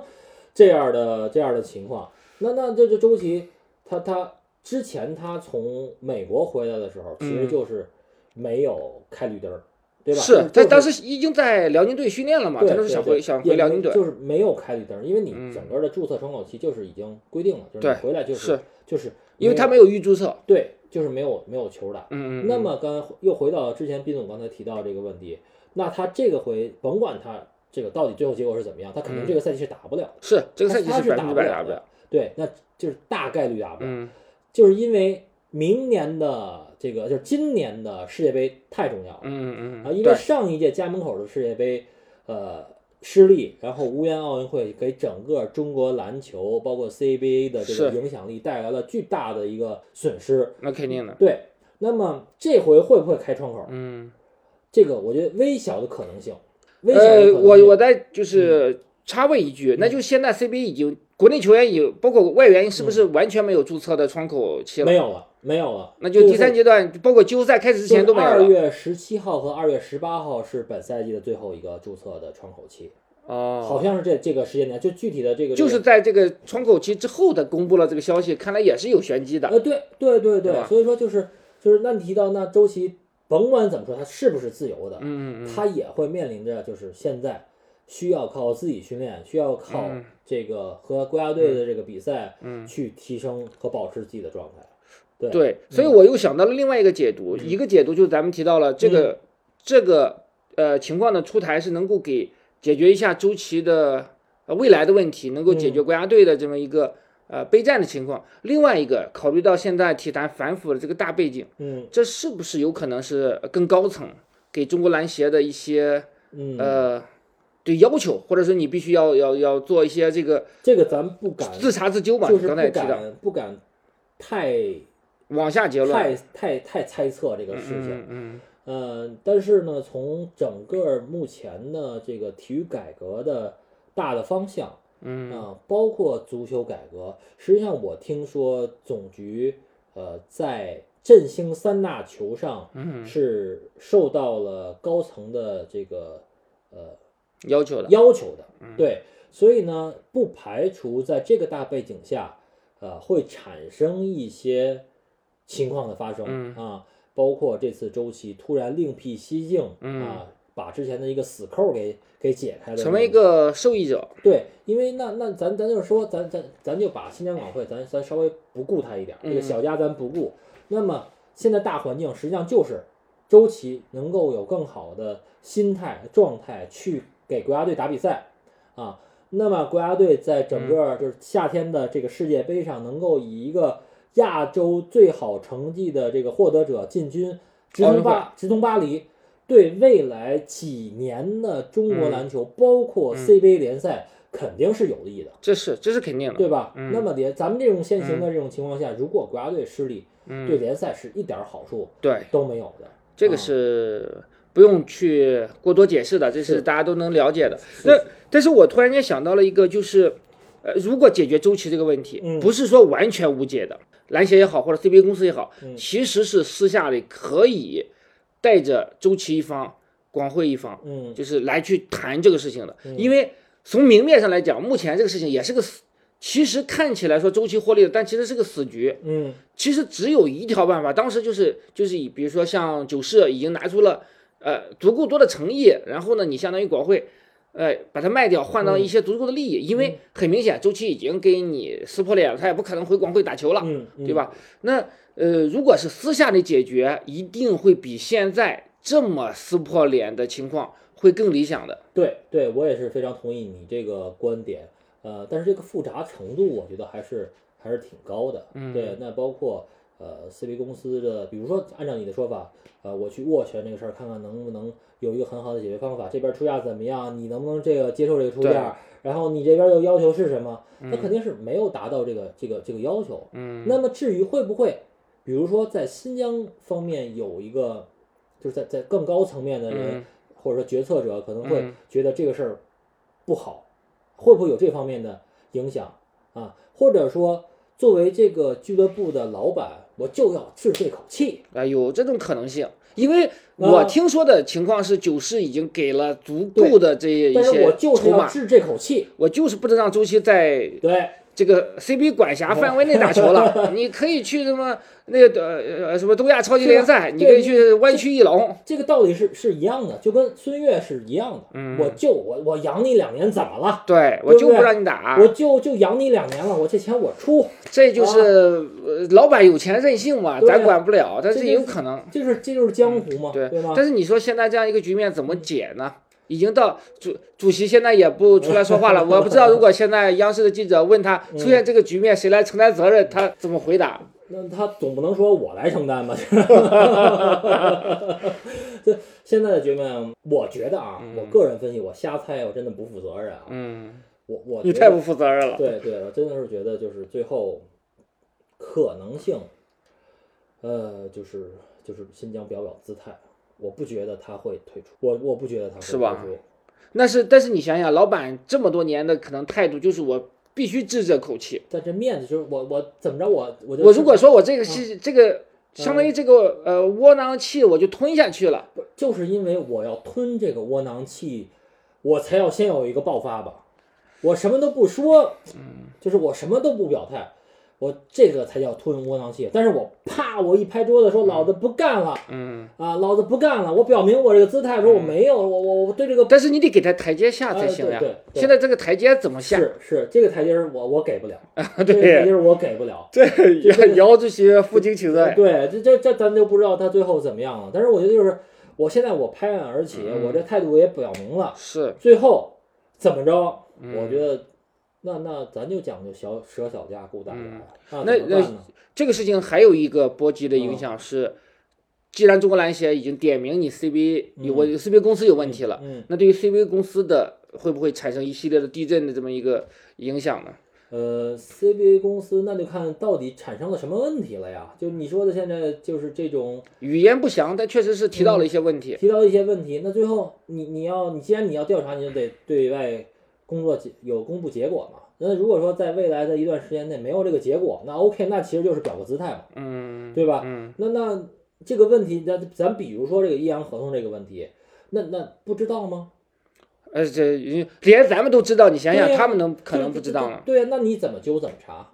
C: 这样的这样的情况。那那这这周琦，他他之前他从美国回来的时候，其实
B: 嗯
C: 就是没有开绿灯儿，对吧？
B: 是
C: 就
B: 他
C: 是
B: 当时已经在辽宁队训练了嘛，
C: 对
B: 他就是
C: 对
B: 想
C: 对
B: 回想
C: 也
B: 回辽
C: 没
B: 宁队。
C: 就是没有开绿灯儿，因为你
B: 嗯
C: 整个的注册窗口期就是已经规定了，就是你
B: 对
C: 回来就是就是
B: 因为他
C: 没
B: 没有预注册
C: 有。对，就是没有没有球打。
B: 嗯，嗯
C: 那
B: 嗯
C: 么刚又回到之前斌总刚才提到这个问题，那他这个回甭管他这个到底最后结果是怎么样，他肯定
B: 嗯
C: 这个赛季是打不了，
B: 是这个赛季
C: 他他
B: 百
C: 打
B: 分之
C: 不
B: 百打不
C: 的
B: 了。。
C: 对，那就是大概率打不了，
B: 嗯
C: 就是因为明年的这个就是今年的世界杯太重要了、
B: 嗯嗯
C: 啊，
B: 嗯，
C: 因为
B: 对，
C: 上一届家门口的世界杯，呃。失利，然后无缘奥运会给整个中国篮球，包括 CBA 的这个
B: 是
C: 影响力带来了巨大的一个损失。
B: 那肯定的。
C: 对，那么这回会不会开窗口？
B: 嗯，
C: 这个我觉得微小的可能性，微小的可
B: 呃，
C: 能性。嗯
B: 我我再就是插问一句，那就现在 CBA 已经国内球员已经包括外援是不是完全没有注册的窗口期了？
C: 没有了，没有了。
B: 那就第三阶段，包括季后赛开始之
C: 之
B: 前都没有
C: 二
B: 了。
C: 月十七号和二月十八号是本赛季的最后一个注册的窗口期，好
B: 哦，
C: 像是这这个时间点，就具体的这个
B: 就是在这个窗口期之后的公布了这个消息，看来也是有玄机的。
C: 呃，对对
B: 对
C: 对对，
B: 吧
C: 所以说就是就是那你提到那周琦，甭管怎么说，他是不是自由的，
B: 嗯嗯嗯，
C: 他也会面临着就是现在需要靠自己训练，需要靠
B: 嗯
C: 这个和国家队的这个比赛，
B: 嗯
C: 去提升和保持自己的状态。对
B: 对，
C: 嗯
B: 所以我又想到了另外一个解读，一个解读就是咱们提到了这
C: 嗯
B: 个、这个呃情况的出台是能够给解决一下周琦的、呃、未来的问题，能够解决
C: 嗯
B: 国家队的这么一个、呃备战的情况。另外一个，考虑到现在体坛反腐的这个大背景，
C: 嗯
B: 这是不是有可能是呃更高层给中国篮协的一些
C: 嗯，
B: 呃对要求，或者说你必须要要要做一些这个
C: 这个咱不敢，
B: 自查自纠嘛？
C: 啊就是
B: 刚
C: 不
B: 才也提到，
C: 敢不敢太
B: 往下结论。
C: 太太太猜测这个事情。
B: 嗯嗯
C: 呃，但是呢，从整个目前的这个体育改革的大的方向啊、
B: 嗯嗯
C: 包括足球改革，实际上我听说总局呃在振兴三大球上
B: 嗯，
C: 是受到了高层的这个呃
B: 要求的。嗯
C: 要求的，对，所以呢，不排除在这个大背景下，呃，会产生一些情况的发生、
B: 嗯
C: 啊，包括这次周琦突然另辟蹊径、
B: 嗯
C: 啊，把之前的一个死扣给给解开了，
B: 成为一个受益者。
C: 对，因为那那咱咱就是说，咱咱咱就把新疆港会，咱咱稍微不顾他一点儿，这个
B: 嗯
C: 小家咱不顾。那么现在大环境实际上就是周琦能够有更好的心态状态去给国家队打比赛啊。那么国家队在
B: 嗯
C: 整个就是夏天的这个世界杯上，能够以一个亚洲最好成绩的这个获得者进军直
B: 奥
C: 通
B: 运会
C: 巴直通巴黎，对未来几年的中国
B: 嗯
C: 篮球，包括 CBA 联赛，肯定是有利的，
B: 这是这是肯定的。
C: 对吧？
B: 嗯
C: 那么联咱们这种现行的这种情况下，如果国家队失利，
B: 嗯，
C: 对嗯联赛是一点好处
B: 对，
C: 都没有的。
B: 这个是不用去过多解释的，这
C: 是
B: 是大家都能了解的。那但是我突然间想到了一个，就是呃，如果解决周期这个问题，
C: 嗯
B: 不是说完全无解的，篮协也好，或者 CBA 公司也好，
C: 嗯
B: 其实是私下里可以带着周琦一方、广汇一方，
C: 嗯
B: 就是来去谈这个事情的。因为从明面上来讲，目前这个事情也是个死，其实看起来说周期获利了，但其实是个死局。
C: 嗯
B: 其实只有一条办法，当时就是就是以比如说像九社已经拿出了呃足够多的诚意，然后呢，你相当于广汇。呃，把它卖掉，换到一些足够的利益，因为很明显，周期已经跟你撕破脸了，他也不可能回广汇打球了。
C: 嗯，嗯
B: 对？吧？那呃，如果是私下里解决，一定会比现在这么撕破
C: 嗯
B: 脸的情况会更理想的。
C: 对对，我也是非常同意你这个观点。呃，但是这个复杂程度，我觉得还是还是挺高的。
B: 嗯
C: 对，那包括呃，CV 公司的，比如说按照你的说法，呃，我去斡旋这个事儿，看看能不能有一个很好的解决方法，这边出价怎么样，你能不能这个接受这个出价，然后你这边又要求是什么，那肯定是没有达到这个这个这个要求。
B: 嗯，
C: 那么至于会不会，比如说在新疆方面有一个，就是在在更高层面的人，
B: 嗯
C: 或者说决策者可能会
B: 嗯
C: 觉得这个事儿不好，会不会有这方面的影响啊？或者说作为这个俱乐部的老板，我就要治这口气，
B: 啊，有这种可能性，因为我
C: 啊
B: 听说的情况是，九市已经给了足够的这一
C: 但是我
B: 些
C: 就是
B: 筹
C: 要
B: 码，
C: 治这口气，
B: 我就是不能让周琦在
C: 对，
B: 这个 CB 管辖范围内打球
C: [LAUGHS]
B: 了。你可以去什么那个呃呃什么东亚超级联赛，
C: 是吧啊
B: 你可以去湾区翼龙。
C: 这个道理是是一样的，就跟孙悦是一样的。
B: 嗯
C: 我就我我养你两年怎么了？
B: 对我
C: 对不
B: 就不
C: 对
B: 让你打
C: 我，就就养你两年了，我这钱我出，
B: 这就是呃老板有钱任性嘛，
C: 哦对啊
B: 咱管不了，但
C: 这
B: 是
C: 就
B: 也有
C: 是
B: 可能。
C: 这就是这就是哦江湖嘛，
B: 嗯对
C: 吗？
B: 但是你说现在这样一个局面怎么解呢？已经到主主席现在也不出来说话
C: [LAUGHS]
B: 了，我不知道如果现在央视的记者问他
C: 嗯
B: 出现这个局面谁来承担责任，他怎么回答？
C: 那他总不能说我来承担吧？ [LAUGHS] 这现在的局面，我觉得啊，我个人分析，我瞎猜，我真的不负责任啊。
B: 嗯，
C: 我我
B: 你
C: 觉
B: 太
C: 得
B: 不负责任了。
C: 对对，我真的是觉得就是最后可能性，呃，就是就是新疆表表姿态，我不觉得他会退出，我我不觉得他会
B: 是吧
C: 退出
B: 那是，但是你想想，老板这么多年的可能态度就是我必须治这口气。
C: 但这面子就是我我怎么着我我就
B: 我如果说我这个
C: 嗯
B: 是这个，相当于这个呃窝囊气，我就吞下去了。
C: 不就是因为我要吞这个窝囊气，我才要先有一个爆发吧。我什么都不说，
B: 嗯
C: 就是我什么都不表态，我这个才叫吞窝囊气。但是我啪，我一拍桌子说：“老子不干了
B: 嗯，
C: 啊，老子不干了！”我表明我这个姿态，说我没有，我我我对这个
B: 但是你得给他台阶下才
C: 哎
B: 行
C: 对
B: 呀
C: 对。对
B: 现在这个台阶怎么下？
C: 是是这个台阶儿我我给不了，这个台
B: [LAUGHS] 对
C: 阶儿我给
B: [LAUGHS]
C: 不了。
B: 这姚主席负荆请罪。
C: 对，这这这咱就不知道他最后怎么样了。但是我觉得就是，我现在我拍案而起，
B: 嗯
C: 我这态度也表明了。
B: 是，
C: 最后怎么着？
B: 嗯
C: 我觉得，那那咱就讲究小舍小家顾大家呀，
B: 嗯
C: 那怎么办呢？
B: 这个事情还有一个波及的影
C: 嗯
B: 响是，既然中国篮协已经点名你 CBA 有问、CBA 公司有问题了，
C: 嗯，
B: 那对于呃 CBA 公司的会不会产生一系列的地震的这么一个影响呢？
C: 呃，CBA 公司那就看到底产生了什么问题了呀？就你说的现在就是这种
B: 语言不详，但确实是提到了一些问题。
C: 提到一些问题，那最后你你要你既然你要调查，你就得对外工作结有公布结果嘛。那如果说在未来的一段时间内没有这个结果，那 OK，那其实就是表个姿态嘛，
B: 嗯，
C: 对吧？
B: 嗯，
C: 那那这个问题，咱咱比如说这个阴阳合同这个问题，那那不知道吗？
B: 而且连咱们都知道，你想想
C: 嗯对呀
B: 他们能可
C: 对
B: 能不知道呢？
C: 对对对那你怎么揪怎么查，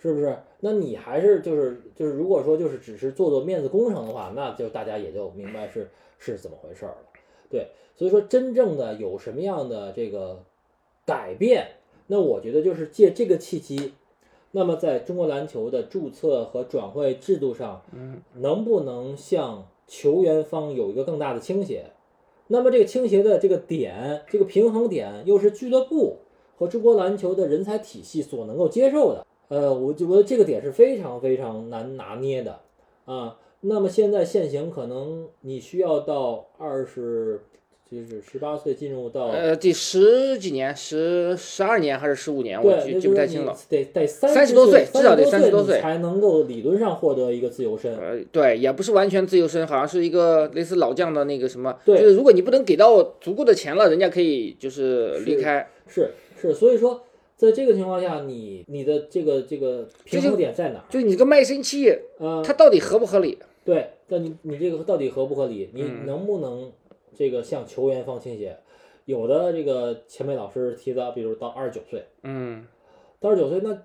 C: 是不是？那你还是就是就是，如果说就是只是做做面子工程的话，那就大家也就明白是是怎么回事儿了。对，所以说真正的有什么样的这个改变，那我觉得就是借这个契机，那么在中国篮球的注册和转会制度上，
B: 嗯，
C: 能不能向球员方有一个更大的倾斜？那么这个倾斜的这个点，这个平衡点又是俱乐部和中国篮球的人才体系所能够接受的。呃，我就我觉得这个点是非常非常难拿捏的啊。那么现在现行可能你需要到二十，就是十八岁进入到
B: 呃，第十几年，十十二年还是十五年，我
C: 对，
B: 记
C: 那
B: 记
C: 就
B: 不
C: 是
B: 太
C: 你
B: 清了。
C: 得得三
B: 30多岁
C: 三
B: 至少得
C: 十
B: 30多
C: 你
B: 岁
C: 才能够理论上获得一个自由身。
B: 呃，对，也不是完全自由身，好像是一个类似老将的那个什么，
C: 对
B: 就是如果你不能给到足够的钱了，人家可以就是
C: 是
B: 离开。
C: 是是，所以说在这个情况下，你你的这个这个平衡点在哪儿？
B: 就你这个卖身契，
C: 呃，
B: 它到底合不合理？
C: 对，但你你这个到底合不合理？你
B: 嗯
C: 能不能这个向球员方倾斜？有的这个前辈老师提到，比如到二十九岁，
B: 嗯，
C: 到二十九岁那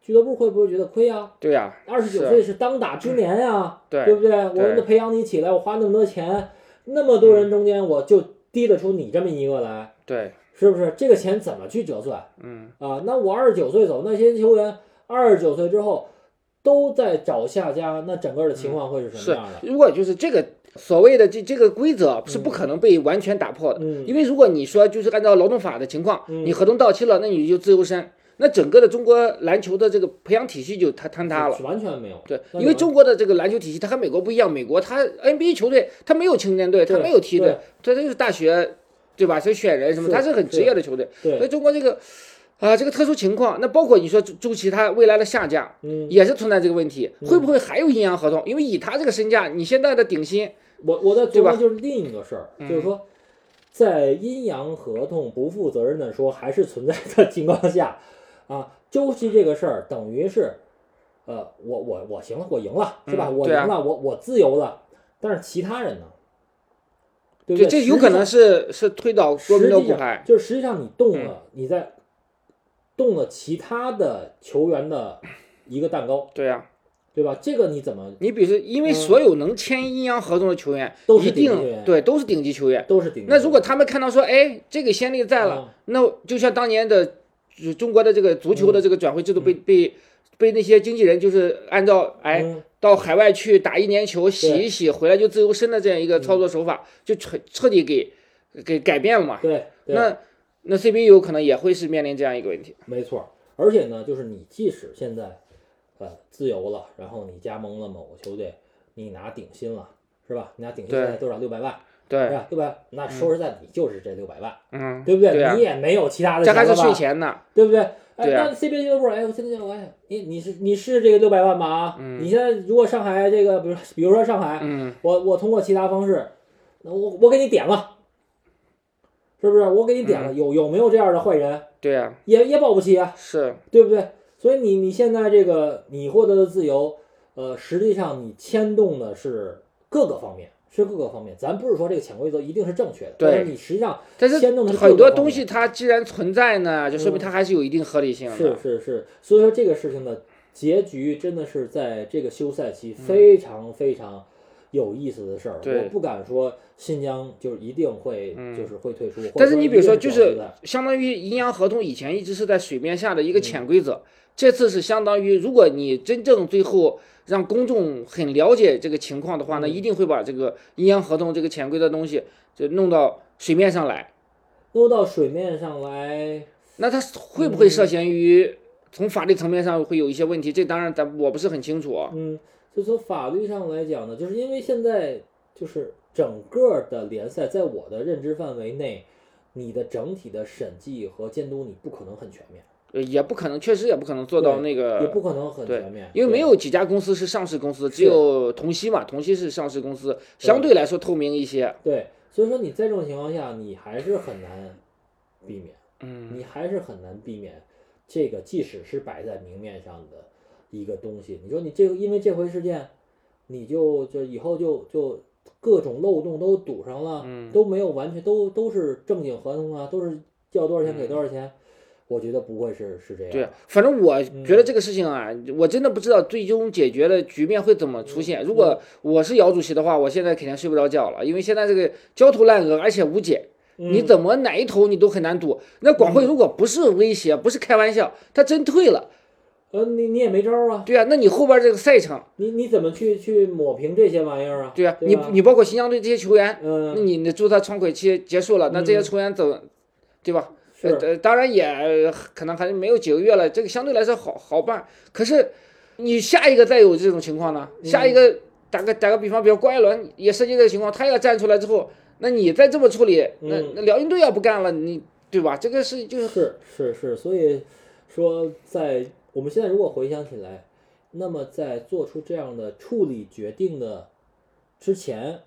C: 俱乐部会不会觉得亏啊？
B: 对呀、
C: 二十九
B: 是
C: 岁是当打之年呀、
B: 对
C: 不对？我为了培养你起来，我花那么多钱，那么多人中间，我就滴得出你这么一个来，
B: 对，
C: 是不是？这个钱怎么去折算？
B: 嗯，
C: 啊，那我二十九岁走，那些球员二十九岁之后都在找下家，那整个的情况会是什么
B: 嗯是
C: 样的。？
B: 如果就是这个所谓的这这个规则是不可能被完全打破的，
C: 嗯
B: 呃因为如果你说就是按照劳动法的情况，
C: 嗯
B: 你合同到期了，那你就自由身，那整个的中国篮球的这个培养体系就坍坍塌了。
C: 完全没有。
B: 对，
C: 那
B: 因为
C: 你
B: 中国的这个篮球体系，它和美国不一样。美国它 NBA 球队，它没有青年队，它
C: 对
B: 没有梯队
C: 对，
B: 它就是大学，对吧？所以选人什么，
C: 是
B: 它是很职业的球队。所以
C: 对，
B: 中国这个，啊、这个特殊情况，那包括你说周周琦他未来的下架，
C: 嗯，
B: 也是存在这个问题，会不会还有阴阳合同？因为以他这个身价，你现在的顶薪，
C: 我我在
B: 对
C: 琢
B: 吧嗯
C: 磨就是另一个事儿，就是说，在阴阳合同不负责任的说还是存在的情况下，啊，周琦这个事儿等于是，呃，我我我行了，我赢了，是吧？
B: 嗯
C: 我赢
B: 对啊
C: 了，我我自由了，但是其他人呢？对不
B: 这
C: 对？
B: 这
C: 实
B: 有
C: 际
B: 可
C: 上
B: 能是是推倒多米
C: 实
B: 诺
C: 际
B: 骨
C: 上
B: 牌。
C: 就是实际上你动
B: 嗯
C: 了，你在动了其他的球员的一个蛋糕，
B: 对呀、
C: 对吧？这个你怎么
B: 你比如说，因为
C: 嗯
B: 所有能签阴阳合同的球员，
C: 都是
B: 一
C: 顶级球
B: 定
C: 员
B: 对都是顶级球员。
C: 都是顶级球
B: 那
C: 员？
B: 如果他们看到说，哎，这个先例在了，
C: 嗯
B: 那就像当年的呃中国的这个足球的这个转会制度被、被被那些经纪人就是按照哎、
C: 嗯
B: 到海外去打一年球洗一洗，回来就自由身的这样一个操
C: 嗯
B: 作手法，就彻彻底给给改变了嘛。
C: 对对
B: 那那 CBA 有可能也会是面临这样一个问题。
C: 没错儿，而且呢，就是你即使现在呃自由了，然后你加盟了某个球队，你拿顶薪了，是吧？你拿顶薪
B: 对
C: 现在多少六百万，是
B: 对，
C: 吧？六百，那说实在，你就是这六百万，
B: 嗯，
C: 啊对不对？
B: 对啊
C: 你也没有其他的
B: 这
C: 钱
B: 还
C: 了
B: 是税
C: 吧？
B: 前呢。
C: 对不对？哎，
B: 对啊
C: 那 CBA 俱乐部，哎，我现在就哎，你你是你是这个六百万吗？啊，
B: 嗯
C: 你现在如果上海这个，比如比如说上海，
B: 嗯，
C: 我我通过其他方式，那我我给你点了，是不是？我给你点了，
B: 嗯
C: 有有没有这样的坏人？
B: 对啊，
C: 也也保不齐啊，
B: 是，
C: 对不对？所以你你现在这个你获得的自由，呃，实际上你牵动的是各个方面，是各个方面。咱不是说这个潜规则一定是正确的，
B: 对
C: 但是你实际上
B: 但是
C: 牵动的是各个
B: 很多
C: 方
B: 东
C: 面
B: 西它既然存在呢，就说明它还是有一定合理性的。
C: 嗯是是是，所以说这个事情的结局真的是在这个休赛期非常非常有意思的事儿。
B: 嗯对
C: 我不敢说新疆就是一定会、
B: 嗯
C: 就是会退出，或者
B: 但是你比如
C: 一定
B: 说，
C: 会
B: 就
C: 保留
B: 是
C: 的
B: 相当于阴阳合同以前一直是在水面下的
C: 嗯
B: 一个潜规则，这次是相当于，如果你真正最后让公众很了解这个情况的话呢，
C: 嗯
B: 一定会把这个阴阳合同这个潜规则东西就弄到水面上来。
C: 弄到水面上来，
B: 那它会不会
C: 嗯
B: 涉嫌于从法律层面上会有一些问题？这当然咱我不是很清楚啊。
C: 嗯，就从法律上来讲呢，就是因为现在就是整个的联赛，在我的认知范围内，你的整体的审计和监督你不可能很全面，
B: 呃也不可能，确实也不可能做到
C: 对
B: 那
C: 也
B: 个。
C: 不可能很
B: 呃对
C: 全面，
B: 因为没
C: 对
B: 有几家公司是上市公司，只
C: 是
B: 有同曦嘛，同曦是上市公司，相对来说透明一些。
C: 对，所以说你在这种情况下，你还是很难避免，
B: 嗯，
C: 你还是很难避免这个，即使是摆在明面上的一个东西，你说你这个因为这回事件，你就就以后就就各种漏洞都堵上了，
B: 嗯
C: 都没有完全都都是正经合同啊，都是要多少钱给多少钱，我觉得不会是是这样，
B: 嗯对，啊反正我觉得这个事情啊，我真的不知道最终解决的局面会怎么出现。如果我是姚主席的话，我现在肯定睡不着觉了，因为现在这个焦头烂额，而且无解，你
C: 嗯
B: 怎么哪一头你都很难堵。那广汇如果不是威胁，不是开玩笑，他真退了，
C: 呃你你也没招儿啊，
B: 对啊，那你后边这个赛程，
C: 你你怎么去去抹平这些玩意儿啊？
B: 对啊，你
C: 吧
B: 你包括新疆队这些球员，那
C: 嗯
B: 你你注册窗口期结束了，那这些
C: 嗯
B: 球员怎，对吧？
C: 是
B: 呃，呃当然也呃可能还没有几个月了，这个相对来说好好办。可是你下一个再有这种情况呢？下一
C: 嗯
B: 个打个打个比方，比如郭艾伦也涉及这个情况，他要站出来之后，那你再这么处理，那
C: 嗯
B: 那辽宁队要不干了，你对吧？这个是就是
C: 是是是，所以说在我们现在如果回想起来，那么在做出这样的处理决定的之前，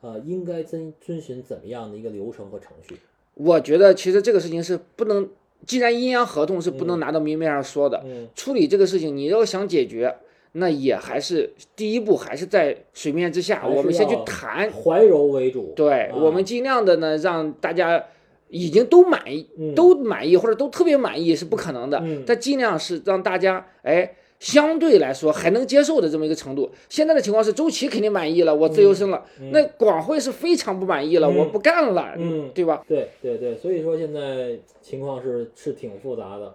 C: 呃，应该遵遵循怎么样的一个流程和程序？
B: 我觉得其实这个事情是不能，既然阴阳合同是不能拿到明面上说的，
C: 嗯，
B: 处理这个事情，你要想解决。那也还是第一步，还是在水面之下，
C: 还是
B: 我们先去
C: 要
B: 谈，
C: 怀柔为主。
B: 对、我
C: 嗯
B: 们尽量的呢，让大家已经都满意，
C: 嗯
B: 都满意或者都特别满意是不可能的，
C: 嗯
B: 但尽量是让大家哎相对来说还能接受的这么一个程度。现在的情况是，周琦肯定满意了，我自由身了，那广汇是非常不满意了，
C: 嗯
B: 我不干了，
C: 嗯
B: 对吧？
C: 对对对，所以说现在情况是是挺复杂的。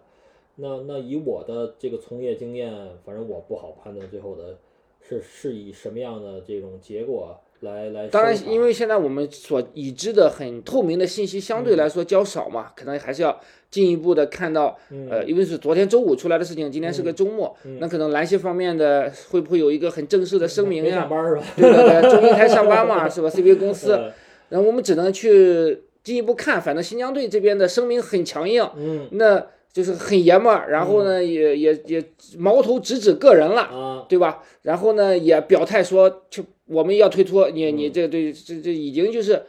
C: 那那以我的这个从业经验，反正我不好判断最后的是是以什么样的这种结果来来收
B: 当然，
C: 场
B: 因为现在我们所已知的很透明的信息相
C: 嗯
B: 对来说较少嘛，可能还是要进一步的看到，
C: 嗯
B: 呃，因为是昨天周五出来的事情，今天是个周末，
C: 嗯
B: 那可能篮协方面的会不会有一个很正式的声明
C: 没
B: 呀
C: 上？班儿是吧？
B: 对的，对，中英台上班嘛， [LAUGHS] 是吧？CBA 公司，
C: 呃
B: 然后我们只能去进一步看，反正新疆队这边的声明很强硬，
C: [LAUGHS] 嗯
B: 那就是很爷们儿，然后呢，也也也矛头直指个人了。
C: 啊，
B: 对吧？然后呢，也表态说，就我们要推脱，你你
C: 嗯
B: 这对这这已经就是，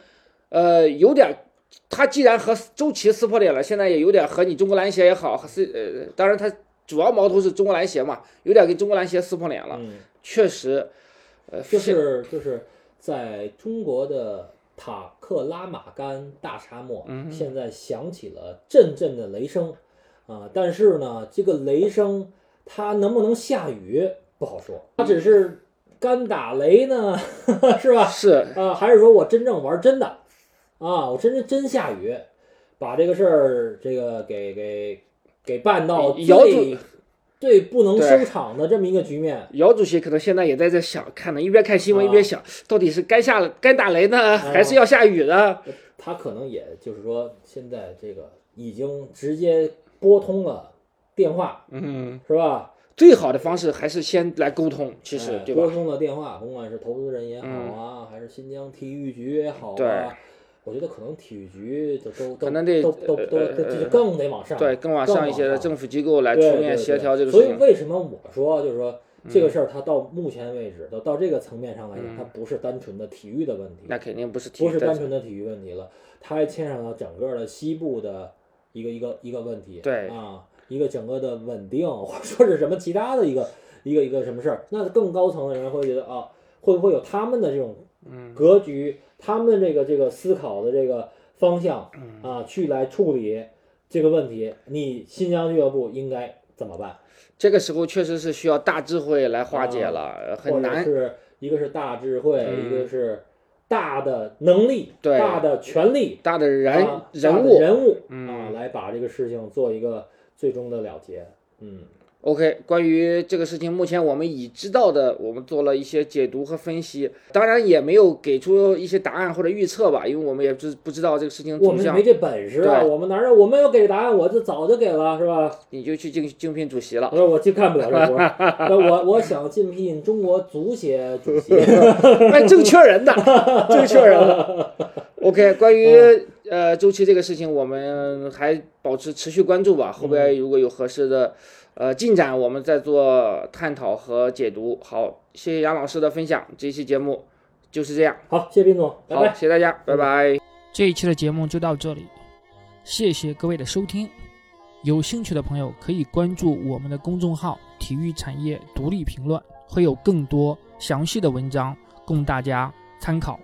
B: 呃，有点儿，他既然和周琦撕破脸了，现在也有点和你中国篮协也好，和是呃，当然他主要矛头是中国篮协嘛，有点跟中国篮协撕破脸了，
C: 嗯，
B: 确实，呃，
C: 就是就是在中国的塔克拉玛干大沙漠，
B: 嗯
C: 现在响起了阵阵的雷声啊、但是呢，这个雷声它能不能下雨不好说，它只是干打雷呢， [LAUGHS] 是吧？
B: 是
C: 啊，还是说我真正玩真的啊，我真真真下雨，把这个事儿这个给给给办到
B: 咬住
C: 最最不能
B: 对
C: 收场的这么一个局面。
B: 姚主席可能现在也在这想，看呢，一边看新闻一边
C: 啊
B: 想，到底是该下该打雷呢，还是要下雨呢？
C: 他可能也就是说，现在这个已经直接拨通了电话，
B: 嗯，
C: 是吧？
B: 最好的方式还是先来沟通，其实
C: 哎
B: 对
C: 拨
B: 吧？嗯
C: 通了电话，甭管是投资人也好啊，还是新疆体育局也好
B: 对
C: 啊，我觉得可能体育局都都
B: 可
C: 都
B: 能得
C: 都都
B: 呃
C: 都
B: 呃
C: 这
B: 呃
C: 就更得往上，
B: 对，更往
C: 更
B: 上一
C: 往
B: 些的
C: 上
B: 政府机构来出
C: 对对
B: 面
C: 对
B: 协调这个事
C: 所以
B: 情。嗯
C: 为什么我说就是说这个事儿，它到目前为止，到到这个层面上来讲，它不是单纯的体育的问题，
B: 那肯定不是体
C: 不
B: 育
C: 是
B: 的
C: 单纯的体育问题了，它还牵扯到整个的西部的一个一个一个问题，
B: 对
C: 啊，一个整个的稳定，或者说是什么其他的一个一个一个什么事儿，那更高层的人会觉得啊，会不会有他们的这种
B: 嗯
C: 格局，他们这个这个思考的这个方向
B: 嗯
C: 啊，去来处理这个问题，你新疆俱乐部应该怎么办？
B: 这个时候确实是需要大智慧来化解
C: 啊
B: 了，呃
C: 或
B: 很
C: 者
B: 难。
C: 是一个是大智慧，
B: 嗯
C: 一个是大的能力，
B: 对
C: 大的权力，
B: 大的人、
C: 啊大
B: 人
C: 的
B: 物
C: 人物啊，
B: 嗯
C: 来把这个事情做一个最终的了结。嗯，
B: ，OK，关于这个事情，目前我们已知道的，我们做了一些解读和分析，当然也没有给出一些答案或者预测吧，因为我们也不不知道这个事情
C: 我
B: 走
C: 们
B: 向
C: 没。这本事啊，
B: 嗯对
C: 我们哪有我们要给答案，我就早就给了，是吧？
B: 你就去竞竞聘主席了
C: 我，说我就干不了这活儿，
B: [LAUGHS]
C: 那我我想竞聘中国足协主席。 [LAUGHS]
B: 哎，正确人的，正确人的。OK，关于、
C: 嗯
B: 呃周期这个事情，我们还保持持续关注
C: 嗯
B: 吧。后边如果有合适的呃进展，我们再做探讨和解读。好，谢谢杨老师的分享，这一期节目就是这样。
C: 好，谢谢斌总，拜
B: 好，
C: 拜。
B: 谢谢大家，拜拜。
A: 这一期的节目就到这里，谢谢各位的收听。有兴趣的朋友可以关注我们的公众号“体育产业独立评论”，会有更多详细的文章供大家参考。